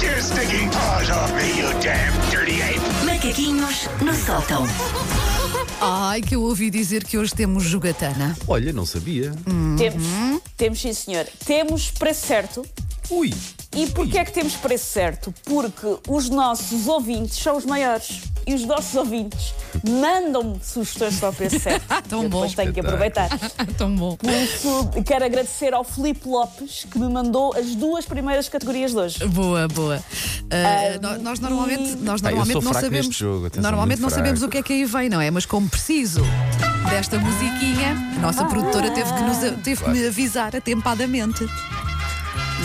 fucking paws off me, you damn dirty ape! Macaquinhos no sótão. Ai, que eu ouvi dizer que hoje temos jogatana. Olha, não sabia. Temos, Uhum. temos sim senhor. Temos preço certo. Ui. E porquê é que temos preço certo? Porque os nossos ouvintes são os maiores. E os nossos ouvintes mandam-me sugestões para o preço certo. Tão Eu depois bom. tenho que aproveitar. é, ah, Tão bom. Por isso, quero agradecer ao Filipe Lopes, que me mandou as duas primeiras categorias de hoje. Boa, boa. Ah, no- nós normalmente, nós Ah, eu normalmente sou não fraco sabemos. neste jogo, atenção, normalmente não muito fraco. sabemos o que é que aí vem, não é? Mas como preciso desta musiquinha, a nossa produtora teve que, nos, a- teve que me avisar atempadamente.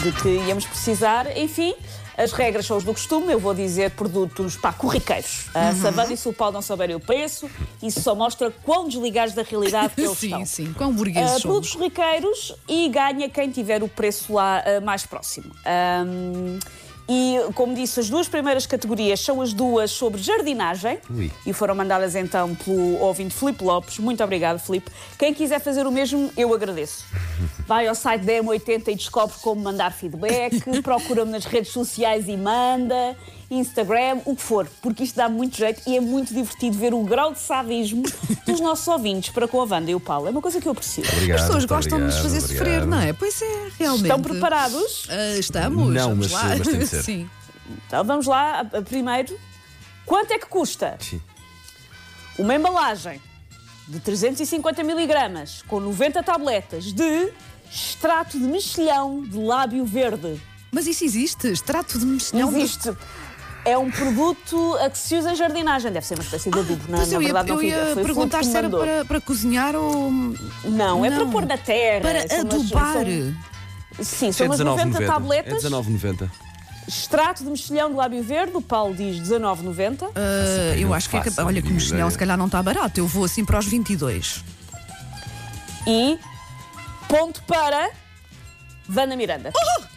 de que íamos precisar. Enfim, as regras são as do costume. Eu vou dizer produtos pá, corriqueiros. A Uhum. Savana e Sulpal não souberem o preço. Isso só mostra quão desligados da realidade que eles Sim, estão. sim. Quão burgueses Ah, somos. produtos riqueiros e ganha quem tiver o preço lá ah, mais próximo. Ahm, e, como disse, as duas primeiras categorias são as duas sobre jardinagem Ui. e foram mandadas então pelo ouvinte Filipe Lopes. Muito obrigado, Filipe. Quem quiser fazer o mesmo, eu agradeço. Vai ao site da M80 e descobre como mandar feedback, procura-me nas redes sociais e manda, Instagram, o que for, porque isto dá muito jeito e é muito divertido ver o grau de sadismo dos nossos ouvintes para com a Wanda e o Paulo. É uma coisa que eu aprecio. Obrigado, As pessoas muito gostam de nos fazer obrigado, sofrer, obrigado. não é? Pois é, realmente. Estão preparados? Ah, estamos? Não, vamos mas- lá. mas tem de ser. Sim. Então vamos lá, a- a- primeiro. Quanto é que custa Sim. uma embalagem de 350 miligramas com 90 tabletas de extrato de mexilhão de lábio verde? Mas isso existe? Extrato de mexilhão? Existe. É um produto a que se usa em jardinagem. Deve ser uma espécie de adubo, não é? Ah, Pois Na eu ia, verdade, não eu ia fica. Foi o perguntar Filipe se que era mandou. para, para cozinhar ou Não, é Não. para pôr na terra. para São umas- adubar. são- Sim, É são umas 90 19,90. É tabletas. 19,90. Extrato de mexilhão de lábio verde. O Paulo diz 19,90. Ah, eu não acho que é faço capaz. Olha, que a mínima mexilhão ideia. se calhar não está barato. Eu vou assim para os 22. E ponto para Vanda Miranda.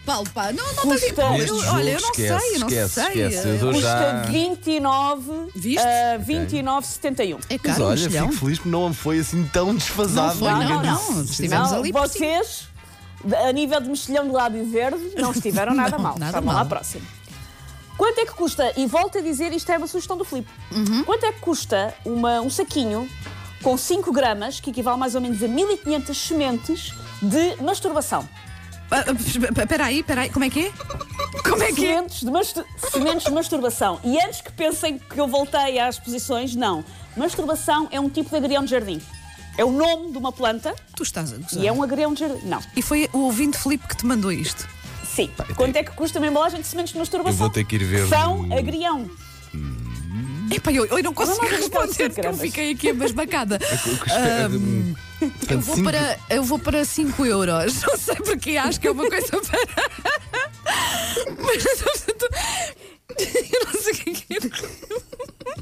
Paulo, pá, não, não Custa- está Nestes eu, Olha, eu não esquece, sei, eu não esquece, sei. esquece. Eu dou Custa já. 29, Viste? ah, 29,71. É Mas caro o olha, mexilhão. fico feliz que não foi assim tão desfasado. Não foi, ninguém não, disse. não. Estivemos Não, ali por cima. vocês, de- a nível de mexilhão de lábio verde, não estiveram nada Não, mal. nada Estavam mal. lá próximo. Quanto é que custa? E volto a dizer, isto é uma sugestão do Filipe. Uhum. Quanto é que custa uma- um saquinho com 5 gramas, que equivale mais ou menos a 1500 sementes de masturbação? Ah, ah, Espera aí, espera aí. Como é que é? Como é que é? sementes de, mastur- sementes de masturbação. E antes que pensem que eu voltei às posições, não. Masturbação é um tipo de agrião de jardim. É o nome de uma planta Tu estás a gozar. e é um agrião de jardim. Não. E foi o ouvinte Filipe que te mandou isto. Sim. Quanto é que custa uma embalagem de sementes de masturbação? Tá, Eu vou ter que ir ver São o- agrião. é um- Epá, eu, eu não consigo Vamos lá buscar os responder porque eu gramas. fiquei aqui abasbacada. Hum, portanto, Eu vou cinco- para, eu vou para 5 euros. Não sei porque acho que é uma coisa para. Mas eu não sei o que é que é.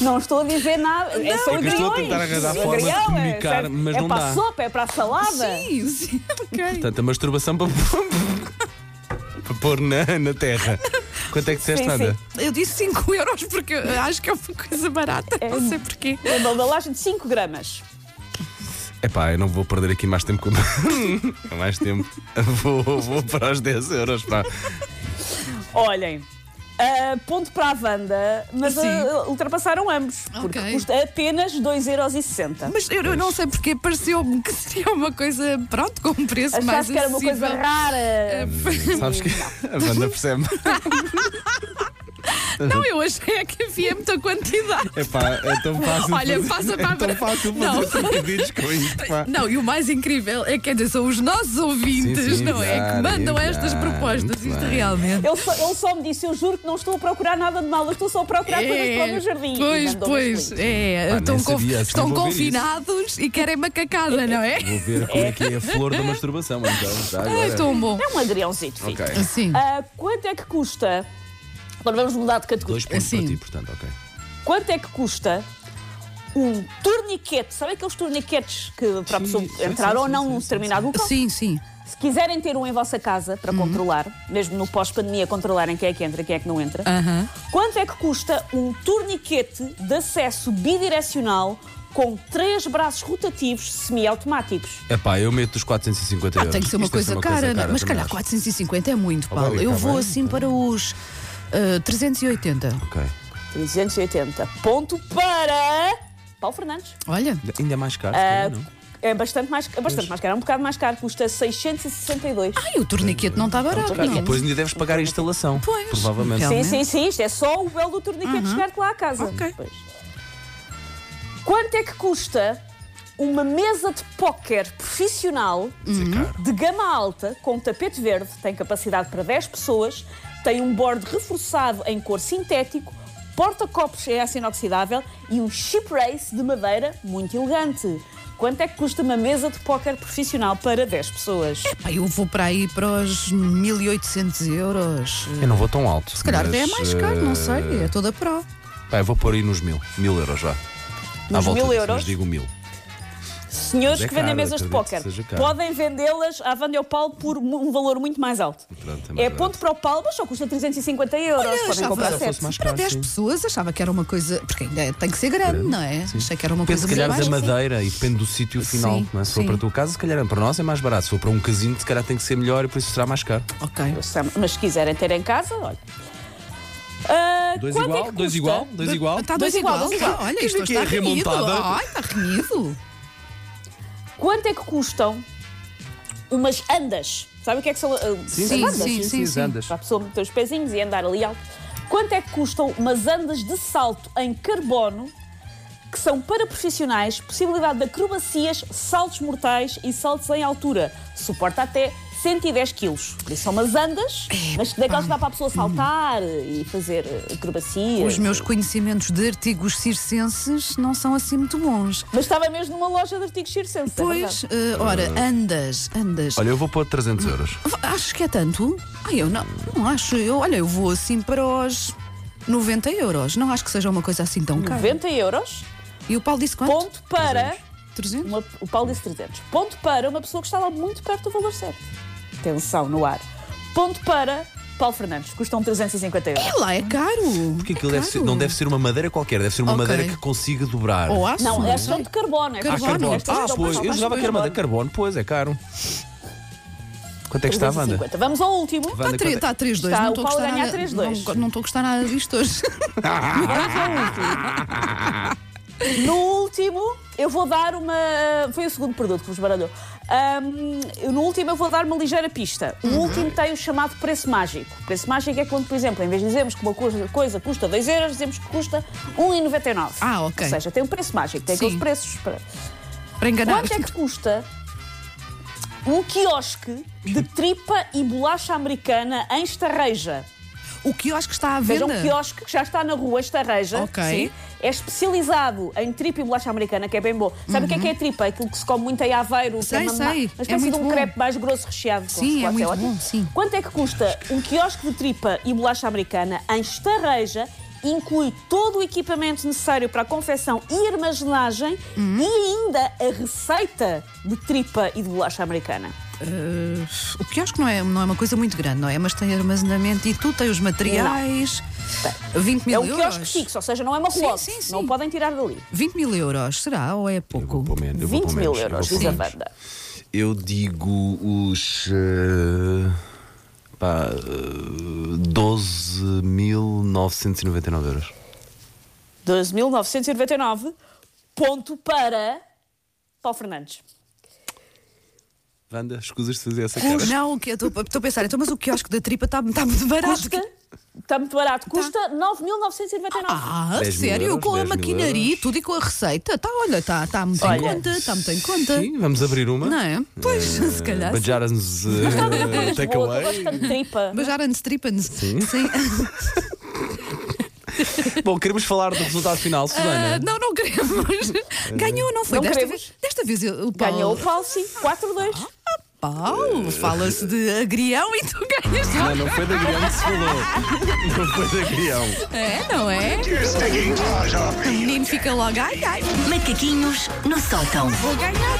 Não estou a dizer nada. É, são É que eu agriões. estou a tentar arranjar São forma de agrião, é- comunicar, mas é não para dá. a sopa, é para a salada. Sim, sim, ok. Portanto, a masturbação para, para pôr na, na terra. Quanto é que disseste Sim, sim. nada? Eu disse 5 euros porque eu acho que é uma coisa barata. Não sei porquê. É Uma embalagem de 5 gramas. Epá, eu não vou perder aqui mais tempo com mais tempo. Vou, vou para os 10 euros. Pá. Olhem, ah, ponto para a Wanda, mas ah, Sim. ultrapassaram ambos, porque Ok. custa apenas 2,60€. Mas eu, eu não sei porque pareceu-me que seria uma coisa, pronto, com um preço mais Achaste que era uma coisa acessível. É. rara. Sabes que a banda percebe. Não, eu achei é que havia muita quantidade. Epá, é tão fácil. Olha, fazer- passa para a é tão fácil Não. fazer trocadilhos com isto. Pá. Não, e o mais incrível é que ainda são os nossos ouvintes, Sim, sim, não é? Que claro, mandam claro, estas propostas. muito Isto bem. realmente. Ele só, ele só me disse, eu juro que não estou a procurar nada de mal, eu estou só a procurar coisas É, para o meu jardim. E É, Pois, mandou-me os pois, links. é. nem estão sabia, conf- assim estão vou ver confinados e querem macacada, não é? Vou ver como é que é a flor da masturbação. Então, já Ai, agora. tão bom. É um agriãozito, filho. Ok. Sim. Ah, quanto é que custa? Agora vamos mudar de categoria. Dois pontos Assim. para ti, portanto, ok. Quanto é que custa um torniquete? Sabem aqueles torniquetes que para a pessoa Sim, sim, entrar sim, ou sim, não sim, num sim, Uhum. determinado local? Sim, sim. Se quiserem ter um em vossa casa para controlar, mesmo no pós-pandemia, controlarem quem é que entra e quem é que não entra, Aham. quanto é que custa um torniquete de acesso bidirecional com três braços rotativos semiautomáticos? Epá, eu meto os 450 Ah, euros. tem que ser uma Isto deve coisa cara, não é? mas também calhar acho. 450 é muito, Oh, Paulo. Dani, Eu tá vou bem, assim para os ah, 380. Ok. 380. Ponto para Paulo Fernandes. Olha, Ainda é mais caro, Ah, se calhar, não? é bastante mais, é bastante mais caro, é um bocado mais caro, custa 662. ai, o torniquete não está barato, E não. Então, depois ainda deves pagar a instalação. Pois, Provavelmente. realmente. Uhum. Sim, sim, sim, isto é só o belo do torniquete chegar-te lá à casa. Ok. Pois. Quanto é que custa uma mesa de póquer profissional de gama alta, com tapete verde, tem capacidade para 10 pessoas, tem um bordo reforçado em cor sintético, porta-copos em aço inoxidável e um chip race de madeira muito elegante? Quanto é que custa uma mesa de póquer profissional para 10 pessoas? Pá, eu vou para aí para os 1800 euros. Eu não vou tão alto. eh, Se calhar até é mais caro, não sei. É toda pró. Pá, eu vou pôr aí nos mil. Mil euros já. À Nos volta mil disso, euros? Mas digo mil. Senhores Mas é que vendem caro, mesas de acredito que póquer seja caro. podem vendê-las à Vanda ao Paulo por mu- um valor muito mais alto. Pronto, é mais é barato. ponto para o Paulo, mas só custa 350 euros. Eu podem achava, comprar se fosse sete. mais para caro, 10 sim. pessoas, achava que era uma coisa. Porque ainda tem que ser grande, não é? Achei que era uma Depende, coisa se calhar, mais da baixa. madeira e depende do sítio final. Sim, não é? Se for sim. para a tua casa, se calhar para nós é mais barato. Se for para um casino, se calhar tem que ser melhor e por isso será mais caro. Ok. Mas se quiserem ter em casa, olha. Ah, Dois quanto é igual, que dois custa? igual, dois igual. Está dois Dois tá- igual, igual. dois igual. Olha, isto Tive está aqui a renhido. remontada. Ai, está renhido. Quanto é que custam umas andas? Sabe o que é que são? ah, são sim, andas? sim, sim, sim. andas. Para a pessoa meter os pezinhos e andar ali alto. Quanto é que custam umas andas de salto em carbono que são para profissionais, possibilidade de acrobacias, saltos mortais e saltos em altura? Suporta até 110 quilos. Por isso são umas andas, mas daquelas que dá para a pessoa saltar e fazer eh, acrobacias. Os meus conhecimentos de artigos circenses não são assim muito bons. Mas estava mesmo numa loja de artigos circenses. é verdade. Pois, eh, ora, andas, andas. Olha, eu vou pôr 300 euros. Acho que é tanto? Ai, eu não, não acho. Eu, olha, eu vou assim para os 90 euros. Não acho que seja uma coisa assim tão cara. 90 euros, E o Paulo disse quanto? ponto para... 300? Uma- o Paulo disse 300. Ponto para uma pessoa que estava muito perto do valor certo. Tensão no ar. Ponto para Paulo Fernandes, custam 350 euros. É lá, é caro. Porque É aquilo deve ser- caro. não deve ser uma madeira qualquer, deve ser uma Ok. madeira que consiga dobrar. Ou aço? Não, é estas são de carbono. estas Ah, são de carbono. carbono. estas Ah, são pois, eu para jogava que era madeira. Carbono, pois, é caro. Quanto é que está, Wanda? 350. Vamos ao último. Vanda, quanto é- Está 3-2, Está, tá não o estou a Paulo gostar ganha nada. 3-2. não- Não estou a gostar nada disto hoje. um No último, eu vou dar uma. Foi o segundo produto que vos baralhou. Ahm, no último, eu vou dar uma ligeira pista. Uhum. O último tem o chamado preço mágico. O preço mágico é quando, por exemplo, em vez de dizermos que uma coisa, coisa custa 2 euros, dizemos que custa 1,99. Ah, ok. Ou seja, tem um preço mágico, tem Sim. aqueles preços. Para... Para enganar. Quanto é que custa um quiosque de tripa e bolacha americana em Estarreja? O que eu acho que está à Veja venda. um quiosque que já está na rua Estarreja. Ok. Sim. É especializado em tripa e bolacha americana, que é bem bom. Sabe o que é que é tripa? Aquilo que se come muito em Aveiro. que Uhum. Sei, é uma, sei. Mas É tem sido muito um bom. crepe mais grosso recheado. com Sim, é chocolate, muito ótimo. bom, sim. Quanto é que custa um quiosque de tripa e bolacha americana em Estarreja? Inclui todo o equipamento necessário para a confecção e armazenagem Uhum. e ainda a receita de tripa e de bolacha americana. Uh, o quiosque não é, não é uma coisa muito grande, não é? Mas tem armazenamento e tu tem os materiais. 20 mil é um euros. quiosque fixo, ou seja, não é uma Sim, rua. sim, sim. Não o podem tirar dali. 20 mil euros, será? Ou é Eu vou pouco? pôr menos, eu vou 20 pôr mil menos, eu euros, vou diz pôr a menos. banda. Eu digo os. eh, pá, eh, 12.999 euros. 12.999, ponto para Paulo Fernandes. Wanda, escusas de fazer essa Cu- cara. Não, que eu estou estou a pensar, então, mas o quiosque da tripa está está muito barato. Custa, está muito barato, custa 9.999. Ah, 10 mil sério? euros, com a 10 mil maquinaria e tudo e com a receita? Tá, olha, está tá muito Olha. em conta, está muito em conta. Sim, vamos abrir uma. Não é? Pois, se calhar. sim. Bajaram-nos Muito boa, estou takeaway. gostando de tripa. Bajaram-nos, tripa-nos. Sim. Bom, queremos falar do resultado final, né? Ah, Susana. não, não queremos. Ganhou, não foi? Não desta, queremos. vez, desta vez eu- o Paulo. Ganhou o Paulo, sim, 4-2. Paulo, fala-se de agrião e tu ganhas. É. Não, não foi da Guião que se falou. Não foi da Guião. É, não é? Your sticking claws off O me, you menino fica logo, ai, ai, Macaquinhos no sótão. vou ganhar.